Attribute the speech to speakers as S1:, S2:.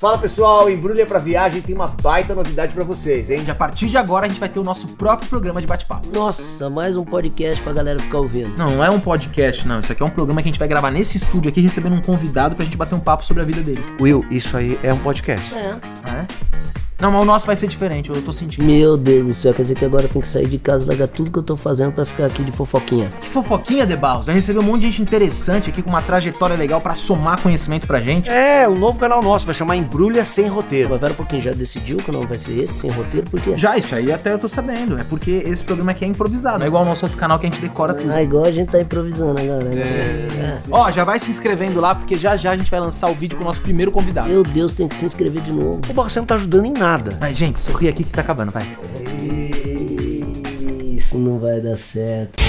S1: Fala pessoal, Embrulha pra Viagem tem uma baita novidade pra vocês, hein?
S2: A partir de agora a gente vai ter o nosso próprio programa de bate-papo.
S3: Nossa, mais um podcast pra galera ficar ouvindo.
S2: Não, não é um podcast, não. Isso aqui é um programa que a gente vai gravar nesse estúdio aqui, recebendo um convidado pra gente bater um papo sobre a vida dele.
S4: Will, isso aí é um podcast.
S3: É.
S2: É? Não, mas o nosso vai ser diferente, eu tô sentindo.
S3: Meu Deus do céu, quer dizer que agora eu tenho que sair de casa e largar tudo que eu tô fazendo pra ficar aqui de fofoquinha.
S2: Que fofoquinha, De Barros. Vai receber um monte de gente interessante aqui com uma trajetória legal pra somar conhecimento pra gente.
S4: É, o novo canal nosso vai chamar Embrulha Sem Roteiro.
S3: Mas pera um pouquinho, já decidiu que não vai ser esse sem roteiro? Por quê?
S2: Já, isso aí até eu tô sabendo. É porque esse programa aqui é improvisado. Não é igual o nosso outro canal que a gente decora tudo.
S3: Ah, igual a gente tá improvisando agora, né?
S2: Ó, já vai se inscrevendo lá, porque já já a gente vai lançar o vídeo com o nosso primeiro convidado.
S3: Meu Deus, tem que se inscrever de novo.
S4: O Barro, você não tá ajudando em nada.
S2: Mas, gente, sorri aqui que tá acabando, vai.
S3: Isso não vai dar certo.